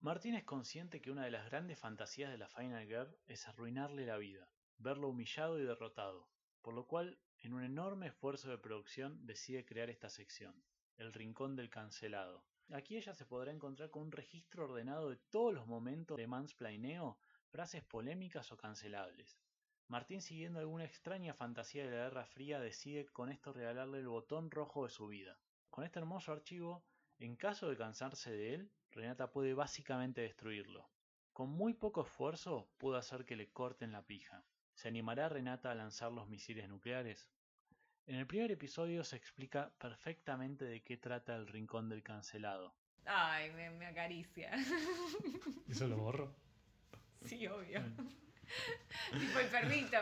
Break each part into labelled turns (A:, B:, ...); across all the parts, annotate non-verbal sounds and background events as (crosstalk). A: Martin es consciente que una de las grandes fantasías de la Final Girl es arruinarle la vida, verlo humillado y derrotado, por lo cual, en un enorme esfuerzo de producción, decide crear esta sección, el Rincón del Cancelado. Aquí ella se podrá encontrar con un registro ordenado de todos los momentos de mansplaineo, frases polémicas o cancelables. Martín, siguiendo alguna extraña fantasía de la Guerra Fría, decide con esto regalarle el botón rojo de su vida. Con este hermoso archivo, en caso de cansarse de él, Renata puede básicamente destruirlo. Con muy poco esfuerzo pudo hacer que le corten la pija. ¿Se animará Renata a lanzar los misiles nucleares? En el primer episodio se explica perfectamente de qué trata el Rincón del Cancelado.
B: Ay, me, me acaricia. (laughs)
C: ¿Eso lo borro?
B: Sí, obvio. (laughs) tipo el perrito.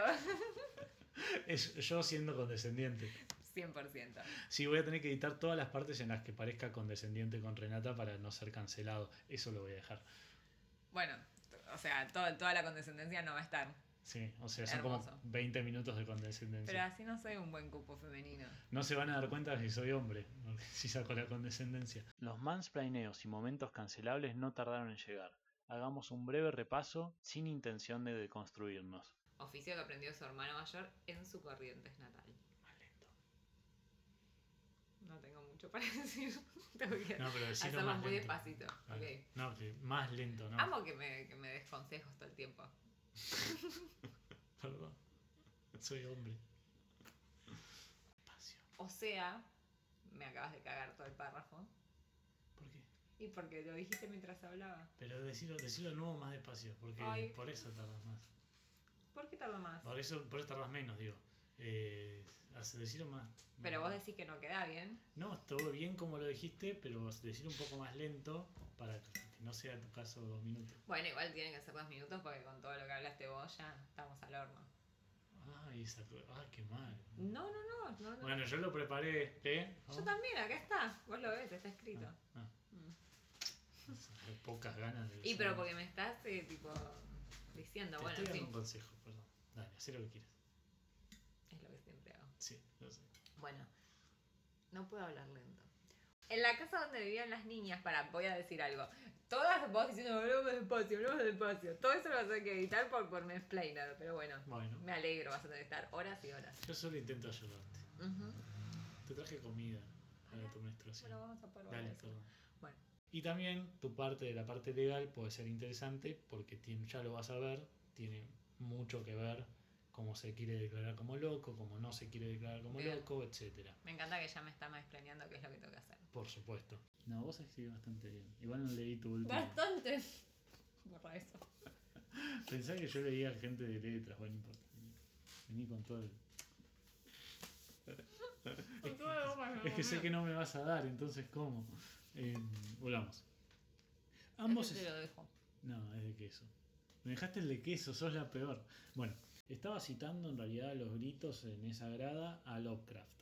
C: Es yo siendo condescendiente.
B: 100%.
C: Sí, voy a tener que editar todas las partes en las que parezca condescendiente con Renata para no ser cancelado. Eso lo voy a dejar.
B: Bueno, o sea, todo- toda la condescendencia no va a estar.
C: Sí, o sea, son
B: Hermoso.
C: como 20 minutos de condescendencia.
B: Pero así no soy un buen cupo femenino.
C: No se van a dar cuenta si soy hombre, (laughs) porque si saco la condescendencia.
A: Los mansplaineos y momentos cancelables no tardaron en llegar. Hagamos un breve repaso sin intención de deconstruirnos.
B: Oficio que aprendió su hermano mayor en su corrientes natal. No tengo mucho para (laughs) decir. Tengo que
C: No, pero decilo
B: hacerlo
C: más
B: muy
C: lento.
B: despacito.
C: Vale.
B: Ok.
C: No, que más lento, ¿no?
B: Amo que me, que me des consejos todo el tiempo.
C: Perdón. Soy hombre. Espacio.
B: O sea, me acabas de cagar todo el párrafo.
C: ¿Por qué?
B: Y porque lo dijiste mientras hablaba.
C: Pero decirlo, decirlo nuevo más despacio, porque
B: Ay.
C: por eso tardas más.
B: ¿Por qué tardo más?
C: Por eso, por eso tardas menos, digo. Eh, hace- decirlo más.
B: Pero vos decís que no queda bien.
C: No, estuvo bien como lo dijiste, pero decirlo un poco más lento para que no sea tu caso dos minutos.
B: Bueno, igual tienen que ser dos minutos porque con todo lo que hablaste vos ya estamos al horno.
C: Ay, esa co- ay, qué mal.
B: No, no, no. no, no.
C: Bueno, yo lo preparé, ¿eh? ¿No?
B: Yo también, acá está. Vos lo ves, está escrito. Mm.
C: Ah, ah. Hay Pocas ganas de
B: Y pero porque me estás, eh, tipo, diciendo,
C: Te
B: bueno,
C: estoy dando
B: sí,
C: un consejo, perdón. Dale, haz lo que quieras.
B: es lo que siempre hago.
C: Sí, lo sé.
B: Bueno, no puedo hablar lento. En la casa donde vivían las niñas, para, voy a decir algo. Todas vos diciendo, hablemos despacio, hablemos despacio. Todo eso lo vas a tener que editar por, por mansplainer, pero bueno,
C: Bueno.
B: me alegro, vas a tener que estar horas y horas.
C: Yo solo intento ayudarte.
B: Ujú.
C: Te traje comida para tu menstruación.
B: Bueno, vamos a probar
C: Dale,
B: eso.
C: perdón.
B: Bueno,
C: Y también tu parte de la parte legal puede ser interesante porque tiene- ya lo vas a ver, tiene mucho que ver cómo se quiere declarar como loco, cómo no se quiere declarar como
B: Bien.
C: loco, etcétera.
B: me encanta que ya me está mansplaneando qué es lo que tengo que hacer.
C: Por supuesto. No, vos escribís bastante bien. Igual no leí tu último.
B: Bastante. Borra eso.
C: Pensá que yo leía gente de letras, bueno, no importa. Vení con todo el... Es que sé que no me vas a dar, entonces ¿cómo? Eh, volvamos. Ambos...
B: Ese te lo dejo.
C: No, es de queso. Me dejaste el de queso, sos la peor. Bueno, estaba citando en realidad los gritos en esa grada a Lovecraft,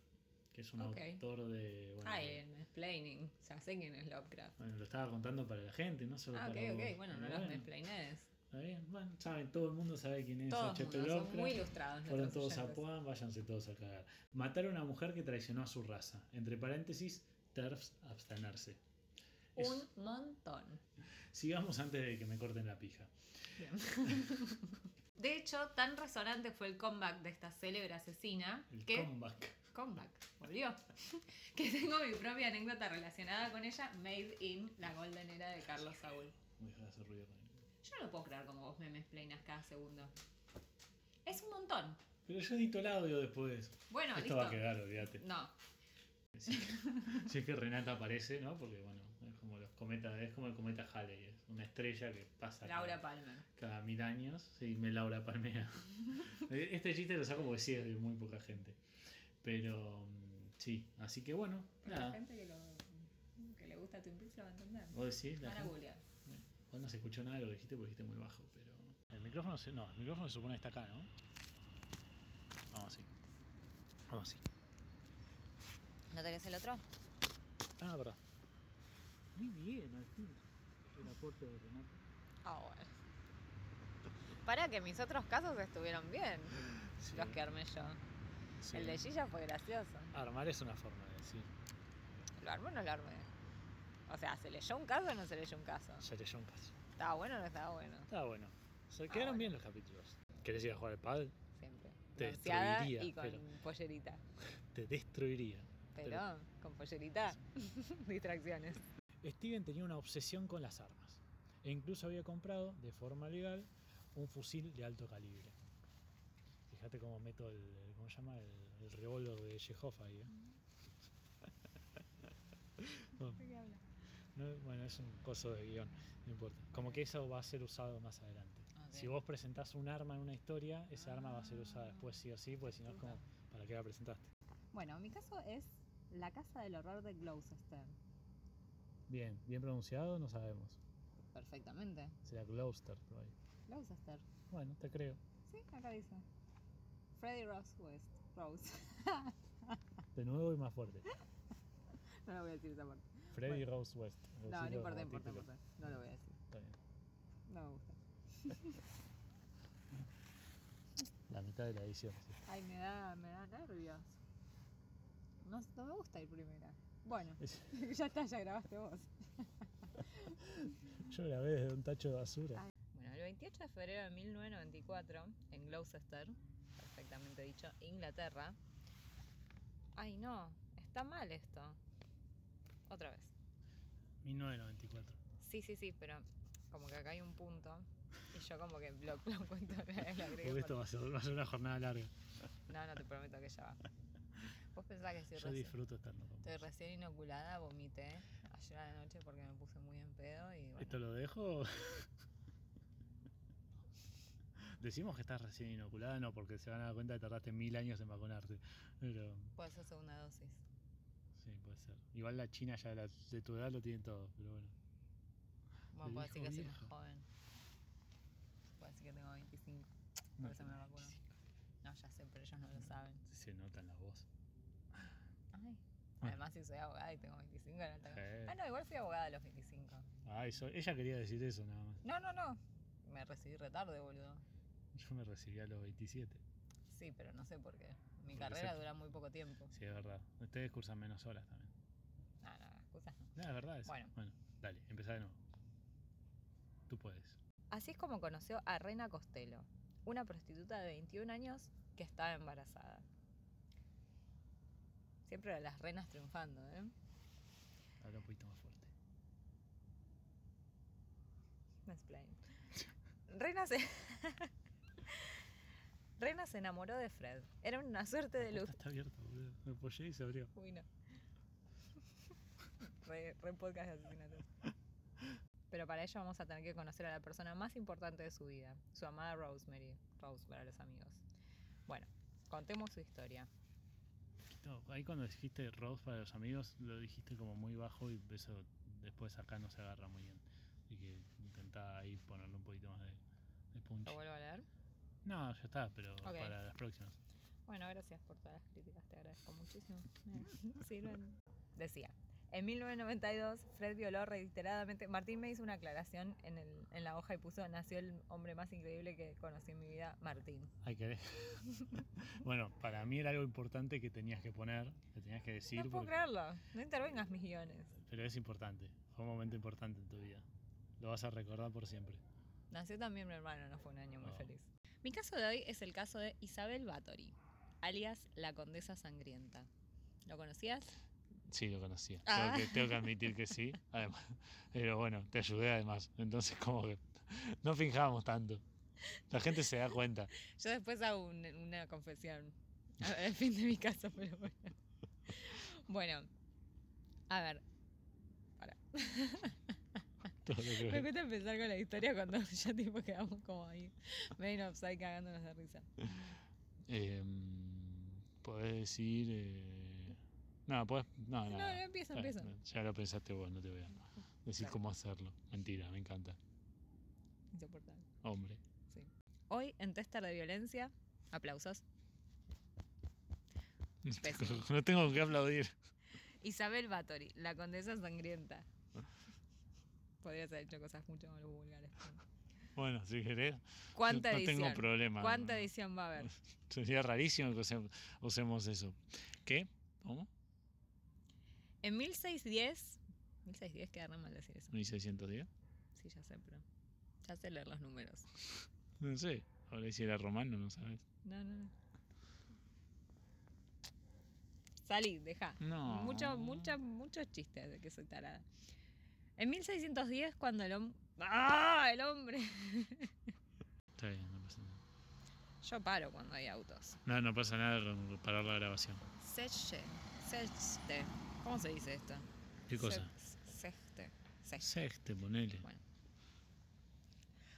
C: que es un
B: Ok. Ah,
C: autor de... Bueno,
B: Ay, el mansplaining. Ya sé quién es Lovecraft.
C: bueno, lo estaba contando para la gente, no solo
B: Ah, ok,
C: para vos.
B: ok. Bueno, no los
C: Bueno,
B: mansplainés.
C: Está bien, bueno, saben, todo el mundo sabe quién es
B: Todos
C: H.P.
B: mundo, son
C: Lovecraft.
B: muy ilustrados
C: Fueron
B: nuestros
C: todos a
B: oyentes.
C: Puan, váyanse todos a cagar. Matar a una mujer que traicionó a su raza. Entre paréntesis, TERFs abstenerse. Es-
B: Un montón.
C: Sigamos antes de que me corten la pija.
B: (laughs) De hecho, tan resonante fue el comeback de esta célebre asesina
C: El
B: que.
C: comeback.
B: comeback, volvió. (laughs) que tengo mi propia anécdota relacionada con ella, Made in la Golden Era de Carlos Saúl.
C: Voy a dejar de hacer ruido con él.
B: Yo no puedo creer como vos me mezplainas cada segundo. Es un montón.
C: Pero yo edito el audio después.
B: Bueno,
C: Esto
B: Ah, listo.
C: va a quedar, olvídate.
B: (laughs) No,
C: Si es que Renata aparece, ¿no? Porque bueno, es como los cometas, es como el cometa Halley, es una estrella que pasa cada,
B: Laura Palmer.
C: cada mil años. Sí, me Laura
B: (laughs)
C: Palmea. este chiste lo saco porque sí es de muy poca gente. Pero mm, sí, así que bueno,
B: La
C: nada.
B: gente que, lo, que le gusta Twin Peaks lo va a entender.
C: Vos decís, la
B: Van a
C: gente-
B: googlear.
C: Vos no se escuchó nada de lo que dijiste porque dijiste muy bajo, pero. El micrófono se. No, el micrófono se supone que está acá, ¿no? Vamos así. Vamos así.
B: ¿No tenés el otro?
C: Ah, verdad. Muy bien, al fin. El aporte de Renato.
B: Ah, bueno. Para que mis otros casos estuvieron bien.
C: Sí,
B: Los que armé yo.
C: sí.
B: El de Gilla fue gracioso.
C: Armar es una forma de decir.
B: ¿Lo armé o no lo armé? O sea, ¿se leyó un caso o no se leyó un caso?
C: Se leyó un caso.
B: ¿Estaba bueno o no estaba bueno?
C: Estaba bueno. Se
B: Ah,
C: quedaron
B: bueno.
C: bien los capítulos. ¿Querés ir a jugar al pádel?
B: Siempre.
C: Te
B: Bronceada
C: destruiría,
B: y con
C: pero-
B: pollerita.
C: Te destruiría.
B: Pero con pollerita, (laughs) distracciones.
C: Steven tenía una obsesión con las armas. E incluso había comprado, de forma legal, un fusil de alto calibre. Fíjate cómo meto el, el- ¿cómo se llama? El, el revólver de Chekhov ahí. ¿eh? Bueno, no- bueno, es un coso de guión, no importa. Como que eso va a ser usado más adelante. Si vos presentás un arma en una historia, esa arma va a ser usada después sí o sí, porque si no es como, ¿para qué la presentaste?
B: Bueno, mi caso es La Casa del Horror de Gloucester.
C: Bien, bien pronunciado, no sabemos.
B: Perfectamente.
C: Será Gloucester por ahí.
B: Gloucester.
C: Bueno, te creo.
B: Sí, acá dice. Freddy Rose West. Rose. (laughs)
C: De nuevo y más fuerte.
B: no lo voy a decir esa parte.
C: Freddy Rose West.
B: No, no
C: Decirlo
B: importa,
C: como
B: no importa, no
C: título.
B: importa. No lo voy a decir.
C: Está bien.
B: No me gusta.
C: La mitad de la edición. sí.
B: Ay, me da, me da nervios. No, no me gusta ir primera. Bueno,
C: Es-
B: (laughs) ya está, ya grabaste vos.
C: Yo grabé desde un tacho de basura.
B: Bueno, el 28 de febrero de 1994, en Gloucester, perfectamente dicho, Inglaterra. Ay, no, está mal esto. Otra vez.
C: 1994.
B: Sí, sí, sí, pero como que acá hay un punto. Y yo como que lo, lo cuento acá, lo agregué
C: Porque esto va a, ser, va a ser una jornada larga.
B: por- No, no te prometo que ya va. Vos pensás que estoy
C: Yo
B: recién,
C: disfruto estando con
B: estoy
C: vos.
B: recién inoculada, vomité ayer a la noche porque me puse muy en pedo y bueno.
C: ¿Esto lo dejo? Decimos que estás recién inoculada, no, porque se van a dar cuenta que tardaste mil años en vacunarte. Pero
B: Puede ser segunda dosis.
C: sí, puede ser. Igual la China ya la- de tu edad lo tienen todo, pero bueno.
B: Bueno,
C: Te
B: puedo decir
C: dijo
B: que soy más
C: vieja.
B: joven. Puedo decir que tengo 25.
C: No
B: Por eso me
C: tenés
B: vacuno. No, ya sé, pero ellos no lo saben.
C: Se nota en la voz.
B: Ay.
C: Ah.
B: Además, si soy abogada y tengo 25, no tengo...
C: Eh.
B: Ah, no, igual fui abogada a los 25.
C: Ay, so- Ah, ella quería decir eso nada más.
B: No, no, no. Me recibí retarde, boludo.
C: Yo me recibí a los 27.
B: Sí, pero no sé por qué. Mi
C: Porque
B: carrera
C: se-
B: dura muy poco tiempo.
C: Sí, es verdad. Ustedes cursan menos horas también.
B: No, no, excusas no.
C: No, es verdad. eso.
B: Bueno.
C: dale, empezá de nuevo. Tú puedes.
B: Así es como conoció a Rena Costello, una prostituta de 21 años que estaba embarazada. Siempre las renas triunfando, ¿eh?
C: Habla un poquito más fuerte.
B: Mansplain. Rena se... (laughs) Rena se enamoró de Fred. Era una suerte de
C: La
B: luz.
C: puerta está abierta, boludo. Me apoyé y se abrió.
B: Uy, no. Re, re podcast de asesinatos. Pero para ello vamos a tener que conocer a la persona más importante de su vida, su amada Rosemary. Rose para los amigos. Bueno, contemos su historia.
C: No, ahí cuando dijiste Rose para los amigos, lo dijiste como muy bajo y eso después acá no se agarra muy bien. Así que intentá ahí ponerle un poquito más de, de punch.
B: ¿Lo vuelvo a leer?
C: No, ya está, pero
B: Ok.
C: para las próximas.
B: Bueno, gracias por todas las críticas, te agradezco muchísimo. Me (laughs) sirven. Decía, en 1992 Fred violó reiteradamente, Martín me hizo una aclaración en, el- en la hoja y puso, nació el hombre más increíble que conocí en mi vida, Martín.
C: Hay que ver. (laughs) bueno, para mí era algo importante que tenías que poner, que tenías que decir.
B: no puedo
C: porque-
B: creerlo, no intervengas mis guiones.
C: Pero es importante. Fue un momento importante en tu vida. Lo vas a recordar por siempre.
B: Nació también mi hermano, no fue un año muy
C: Oh.
B: feliz. Mi caso de hoy es el caso de Isabel Bathory, alias la Condesa Sangrienta. ¿Lo conocías?
C: Sí, lo conocía.
B: Ah.
C: Tengo, que,
B: (laughs)
C: tengo que admitir que sí. Además, pero bueno, te ayudé además. Entonces, como que no finjábamos tanto. La gente se da cuenta.
B: Yo después hago un- una confesión a ver, al fin de mi caso, pero bueno. Bueno, a ver,
C: Todo lo que
B: me
C: ve.
B: cuesta empezar con la historia cuando (laughs) ya tipo quedamos como ahí, medio offside cagándonos de risa.
C: Eh, podés decir. eh, No, podés. No,
B: No, no,
C: nada.
B: empiezo,
C: Ah, Está bien,
B: empiezo.
C: Ya lo pensaste vos, no te voy a decir
B: Claro.
C: cómo hacerlo. Mentira, me encanta.
B: Insoportable.
C: Hombre.
B: Hoy en Tester de Violencia, aplausos. Pésimo.
C: (laughs) No tengo que aplaudir.
B: Isabel Bathory, la condesa sangrienta. Podrías haber hecho cosas mucho más vulgares. pero-
C: Bueno, si querés.
B: ¿Cuánta
C: no
B: edición?
C: tengo problema.
B: ¿Cuánta
C: No.
B: edición va a haber?
C: Sería rarísimo que usem- usemos eso. ¿Qué? ¿Cómo?
B: En 1610 1610 queda re mal decir eso.
C: 1610.
B: Sí, ya sé, pero. Ya sé leer los números.
C: No sé. Ahora si era romano, no sabes.
B: No, no, no. Salí, deja.
C: No.
B: Mucho, mucha- muchos chistes de que soy tarada. En 1610, cuando el hombre. ¡Ah! El hombre.
C: Está bien, no pasa nada.
B: Yo paro cuando hay autos.
C: No, no pasa nada con parar la grabación.
B: Seche. Sechte. ¿Cómo se dice esto?
C: ¿Qué cosa?
B: Sechte.
C: Sexte, ponele.
B: Bueno.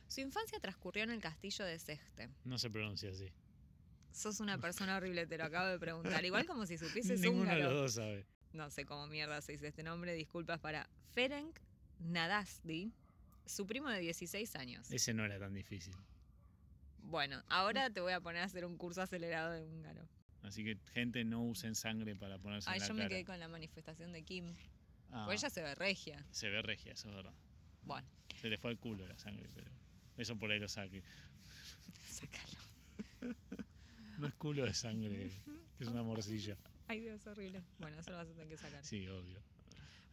B: Su infancia transcurrió en el castillo de Sechte.
C: No se pronuncia así.
B: Sos una persona horrible, te lo acabo de preguntar. Igual
C: (laughs)
B: como si supieses
C: Ninguno de los
B: húngaro.
C: dos sabe.
B: No sé cómo mierda se dice este nombre. Disculpas para Ferenc Nadasdi, su primo de 16 años.
C: Ese no era tan difícil.
B: Bueno, ahora te voy a poner a hacer un curso acelerado de húngaro.
C: Así que, gente, no usen sangre para ponerse
B: Ay,
C: en la
B: yo
C: cara.
B: me quedé con la manifestación de Kim.
C: Ah,
B: Pues ella se ve regia.
C: Se ve regia, eso es verdad.
B: Bueno,
C: Se le fue al culo la sangre, pero eso por ahí lo saque.
B: sácalo.
C: No es culo de sangre,
B: (laughs)
C: es una morcilla.
B: Ay, Dios, horrible. Bueno, eso lo vas a tener que sacar.
C: Sí, obvio.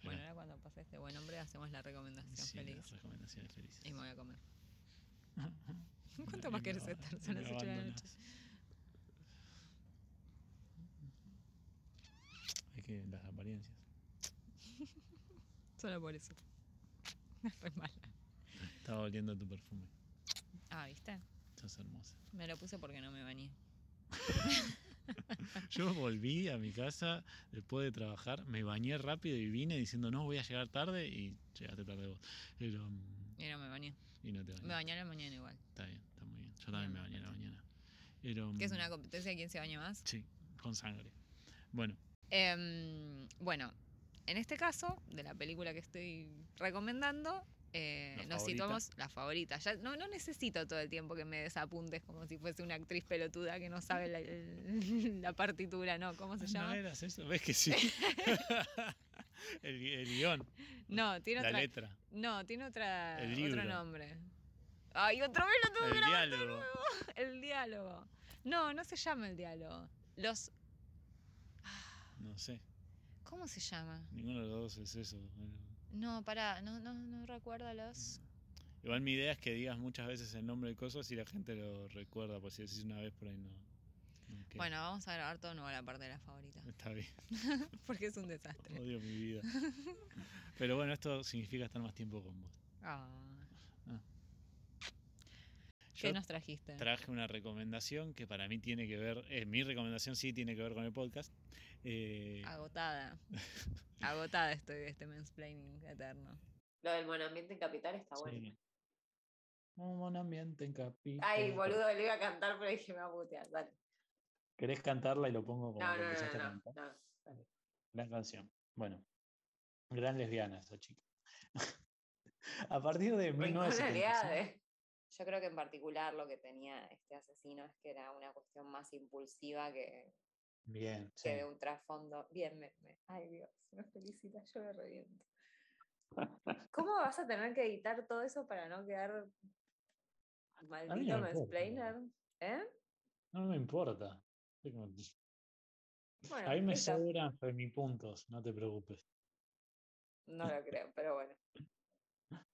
B: Bueno,
C: Era-
B: ahora cuando pase este buen hombre hacemos la recomendación
C: sí,
B: feliz.
C: las recomendaciones felices.
B: Y me voy
C: (laughs)
B: a comer. ¿Cuánto más querés estar? Son
C: Me
B: las 8 de la
C: abandonas.
B: noche.
C: Hay que las apariencias.
B: Solo por eso. (laughs) Fue mala.
C: Estaba oliendo tu perfume.
B: Ah, ¿viste?
C: Estás hermosa.
B: Me lo puse porque no me bañé.
C: Yo volví a mi casa después de trabajar, me bañé rápido y vine diciendo no voy a llegar tarde y llegaste tarde vos. Pero, mm,
B: Y no me bañé.
C: y no te bañaste.
B: Me bañé a la mañana igual.
C: Está bien, está muy bien. Yo también me bañé en la mañana. Pero,
B: Que es
C: mm,
B: una competencia de quién se baña más.
C: Sí, con sangre. Bueno,
B: Em, bueno, en este caso, de la película que estoy recomendando, eh,
C: La
B: nos
C: favorita.
B: situamos la favorita. Ya, no, no necesito todo el tiempo que me desapuntes como si fuese una actriz pelotuda que no sabe la, (laughs) el- la partitura, ¿no? ¿Cómo se
C: ¿no
B: llama?
C: eras eso? ¿Ves que
B: (laughs)
C: sí? (laughs) el, el guión,
B: No, tiene
C: la
B: otra.
C: letra,
B: No, tiene otra,
C: El
B: otro
C: libro.
B: nombre. Ay, otra vez lo tuve
C: el
B: que grabar.
C: diálogo.
B: El diálogo. No, no se llama el diálogo. Los.
C: No sé,
B: ¿Cómo se llama?
C: ninguno de los dos es eso. Bueno,
B: No, pará, no, no, no recuerdo los.
C: Igual mi idea es que digas muchas veces el nombre de cosas y la gente lo recuerda, por si decís una vez por ahí no. no queda.
B: Bueno, vamos a grabar todo nuevo la parte de la favorita.
C: Está bien,
B: (laughs) Porque es un desastre.
C: odio mi vida. Pero bueno, esto significa estar más tiempo con vos.
B: Ah,
C: Yo
B: ¿Qué nos trajiste?
C: traje una recomendación que para mí tiene que ver, eh, mi recomendación sí tiene que ver con el podcast. Eh, (laughs)
B: Ah, Agotada. Agotada estoy de este mansplaining eterno. Lo del ambiente en capital está
C: sí. Un buen ambiente en capital.
B: le iba a cantar, pero dije me va a putear. Dale.
C: ¿Querés cantarla y lo pongo como lo empezaste a cantar?
B: no.
C: Gran canción. Bueno, gran lesbiana esa chica. (laughs) a partir de
B: Ninguna
C: 1975.
B: aliada, eh. Yo creo que en particular lo que tenía este asesino es que era una cuestión más impulsiva que,
C: Bien, sí.
B: que de un trasfondo. Bien, me, me- ay Dios, (laughs) me felicita, yo me reviento. ¿Cómo vas a tener que editar todo eso para no quedar maldito
C: me importa.
B: mansplainer? ¿Eh?
C: No me importa. Estoy como-
B: Bueno,
C: A mí me
B: listo.
C: sobran femipuntos, no te preocupes.
B: no lo creo, pero bueno.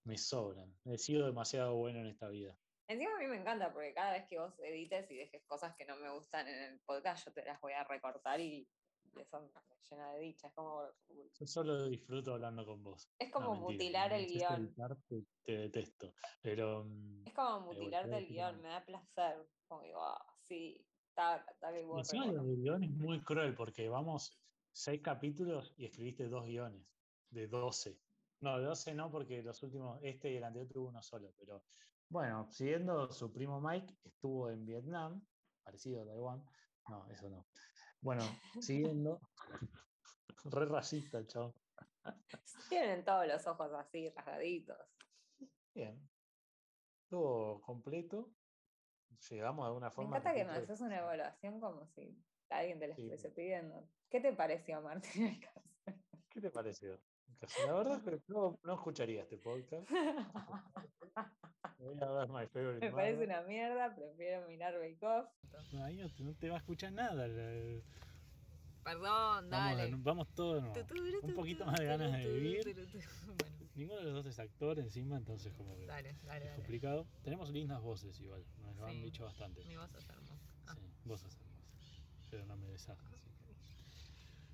C: Me sobran. He sido demasiado bueno en esta vida.
B: Encima a mí me encanta porque cada vez que vos edites y dejes cosas que no me gustan en el podcast, yo te las voy a recortar y eso me llena de dicha. Es como,
C: Yo solo disfruto hablando con vos.
B: es
C: No,
B: como
C: mentira,
B: mutilar
C: cuando
B: el
C: empiezo a
B: guión.
C: editar, te, te detesto. Pero mm,
B: Es como
C: voy a
B: mutilarte el
C: decir
B: guión,
C: algo.
B: me da placer. Como digo, ah, sí, está, está bien, borre,
C: encima lo
B: borro.
C: del guión es muy cruel porque vamos seis capítulos y escribiste dos guiones de 12. No, de 12 no, porque los últimos, este y el anterior tuvo uno solo, pero bueno, siguiendo su primo Mike, estuvo en Vietnam, parecido a Taiwán. No, eso no.
B: (laughs)
C: Bueno, siguiendo. Re racista, el chabón.
B: Tienen todos los ojos así, rasgaditos.
C: Bien. Todo completo. Llegamos de alguna
B: Me
C: forma. al
B: encanta que me
C: capítulo-
B: haces una evaluación como si alguien te la
C: Sí,
B: estuviese
C: bueno.
B: pidiendo. ¿Qué te pareció, Martín Alcázar? (laughs)
C: ¿Qué te pareció? La verdad es que no, no escucharía este podcast. Voy a ver My Favorite
B: Me parece
C: Murder.
B: una mierda, prefiero mirar Bake Off.
C: Ahí no te, no te va a escuchar nada. la- Vamos,
B: Perdón, dale.
C: de nu- vamos todo de nuevo. Un poquito más de ganas de vivir.
B: (laughs) Bueno,
C: Ninguno de los dos es actor encima, entonces como que
B: dale, dale,
C: es
B: dale.
C: complicado. Tenemos lindas voces igual, nos lo han
B: Sí.
C: dicho bastante.
B: Mi voz es hermosa. Ah.
C: Sí, voces hermosas. Pero no me deshagas. así que-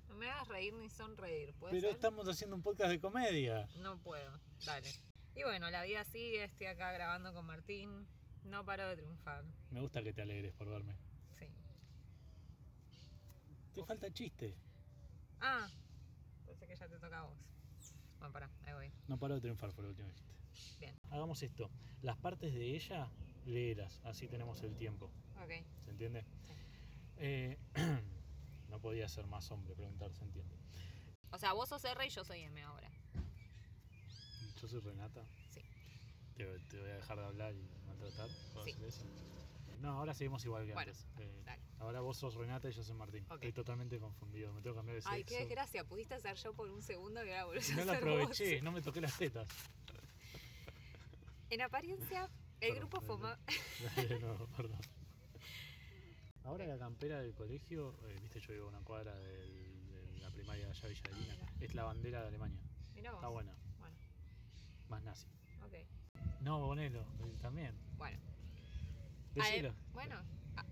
B: No me hagas reír ni sonreír, ¿puede
C: Pero
B: ser?
C: estamos haciendo un podcast de comedia.
B: No puedo, dale. Y bueno, la vida sigue, estoy acá grabando con Martín. No paro de triunfar.
C: Me gusta que te alegres por verme.
B: Sí.
C: Te falta chiste.
B: Ah, pensé que ya te toca a vos. Bueno, pará, ahí voy.
C: No paro de triunfar por lo último que dijiste.
B: Bien.
C: Hagamos esto. Las partes de ella, léelas. Así tenemos el tiempo.
B: Ok.
C: ¿Se entiende?
B: Sí.
C: Eh, (clears throat) no podía ser más hombre preguntar, ¿se entiende?
B: O sea, vos sos R y yo soy M ahora.
C: Yo soy Renata.
B: Sí.
C: Te, te voy a dejar de hablar y maltratar. ¿puedo
B: Sí.
C: hacer eso? No, ahora seguimos igual que
B: Bueno,
C: antes. Eh,
B: dale.
C: ahora vos sos Renata y yo soy Martín.
B: Ok.
C: Estoy totalmente confundido. Me tengo que cambiar de sexo.
B: Ay, qué desgracia. Pudiste hacer yo por un segundo y ahora volvés
C: no
B: a
C: la
B: ser vos.
C: aproveché, no me toqué las tetas. (laughs)
B: En apariencia, el
C: Perdón,
B: grupo
C: dale,
B: fuma...
C: dale. Dale, no, perdón. Ahora la campera del colegio, eh, viste, yo vivo a una cuadra del- de la primaria de allá Villa de Lina,
B: Ah, mira.
C: es la bandera de Alemania.
B: (laughs) Mirá vos.
C: Está buena,
B: Bueno,
C: más nazi.
B: ok.
C: No, Bonelo, eh, también.
B: Bueno.
C: Decilo.
B: Adem- bueno. Ah.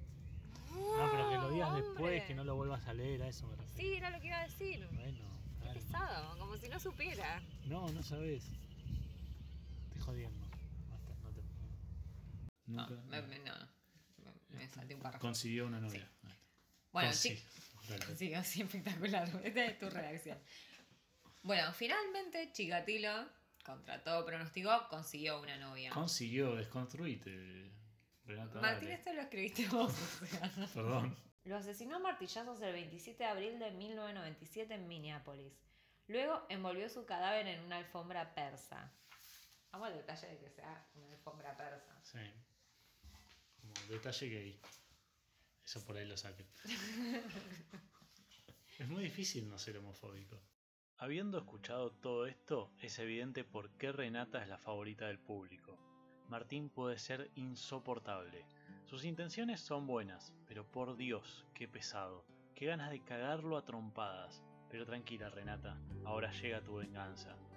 C: No, pero que lo digas después, que no lo vuelvas a leer, a eso me refiero.
B: Sí, era lo que iba a decir.
C: Bueno,
B: Qué
C: calma.
B: pesado, como si no supiera.
C: No, no sabes. Estoy jodiendo. Basta, no te. Nunca.
B: me salté un párrafo.
C: Consiguió una novia. Ahí está.
B: Bueno,
C: Consi-
B: sí,
C: Dale.
B: sí, así espectacular. (laughs) Esta es tu redacción. Bueno, finalmente Chigatilo, contra todo pronóstico, consiguió una novia.
C: Consiguió, desconstruite. Renata.
B: Martín,
C: dale.
B: esto lo escribiste vos. o sea.
C: Perdón.
B: (laughs) Lo asesinó a martillazos el 27 de abril de 1997 en Minneapolis. Luego envolvió su cadáver en una alfombra persa. Amo el detalle de que sea una alfombra persa.
C: Sí. Como un detalle gay. Eso por ahí
A: (laughs)
C: lo saquen. es muy difícil no ser homofóbico.
A: Habiendo escuchado todo esto, es evidente por qué Renata es la favorita del público. Martín puede ser insoportable. Sus intenciones son buenas, pero por Dios, qué pesado. Qué ganas de cagarlo a trompadas. Pero tranquila, Renata, ahora llega tu venganza.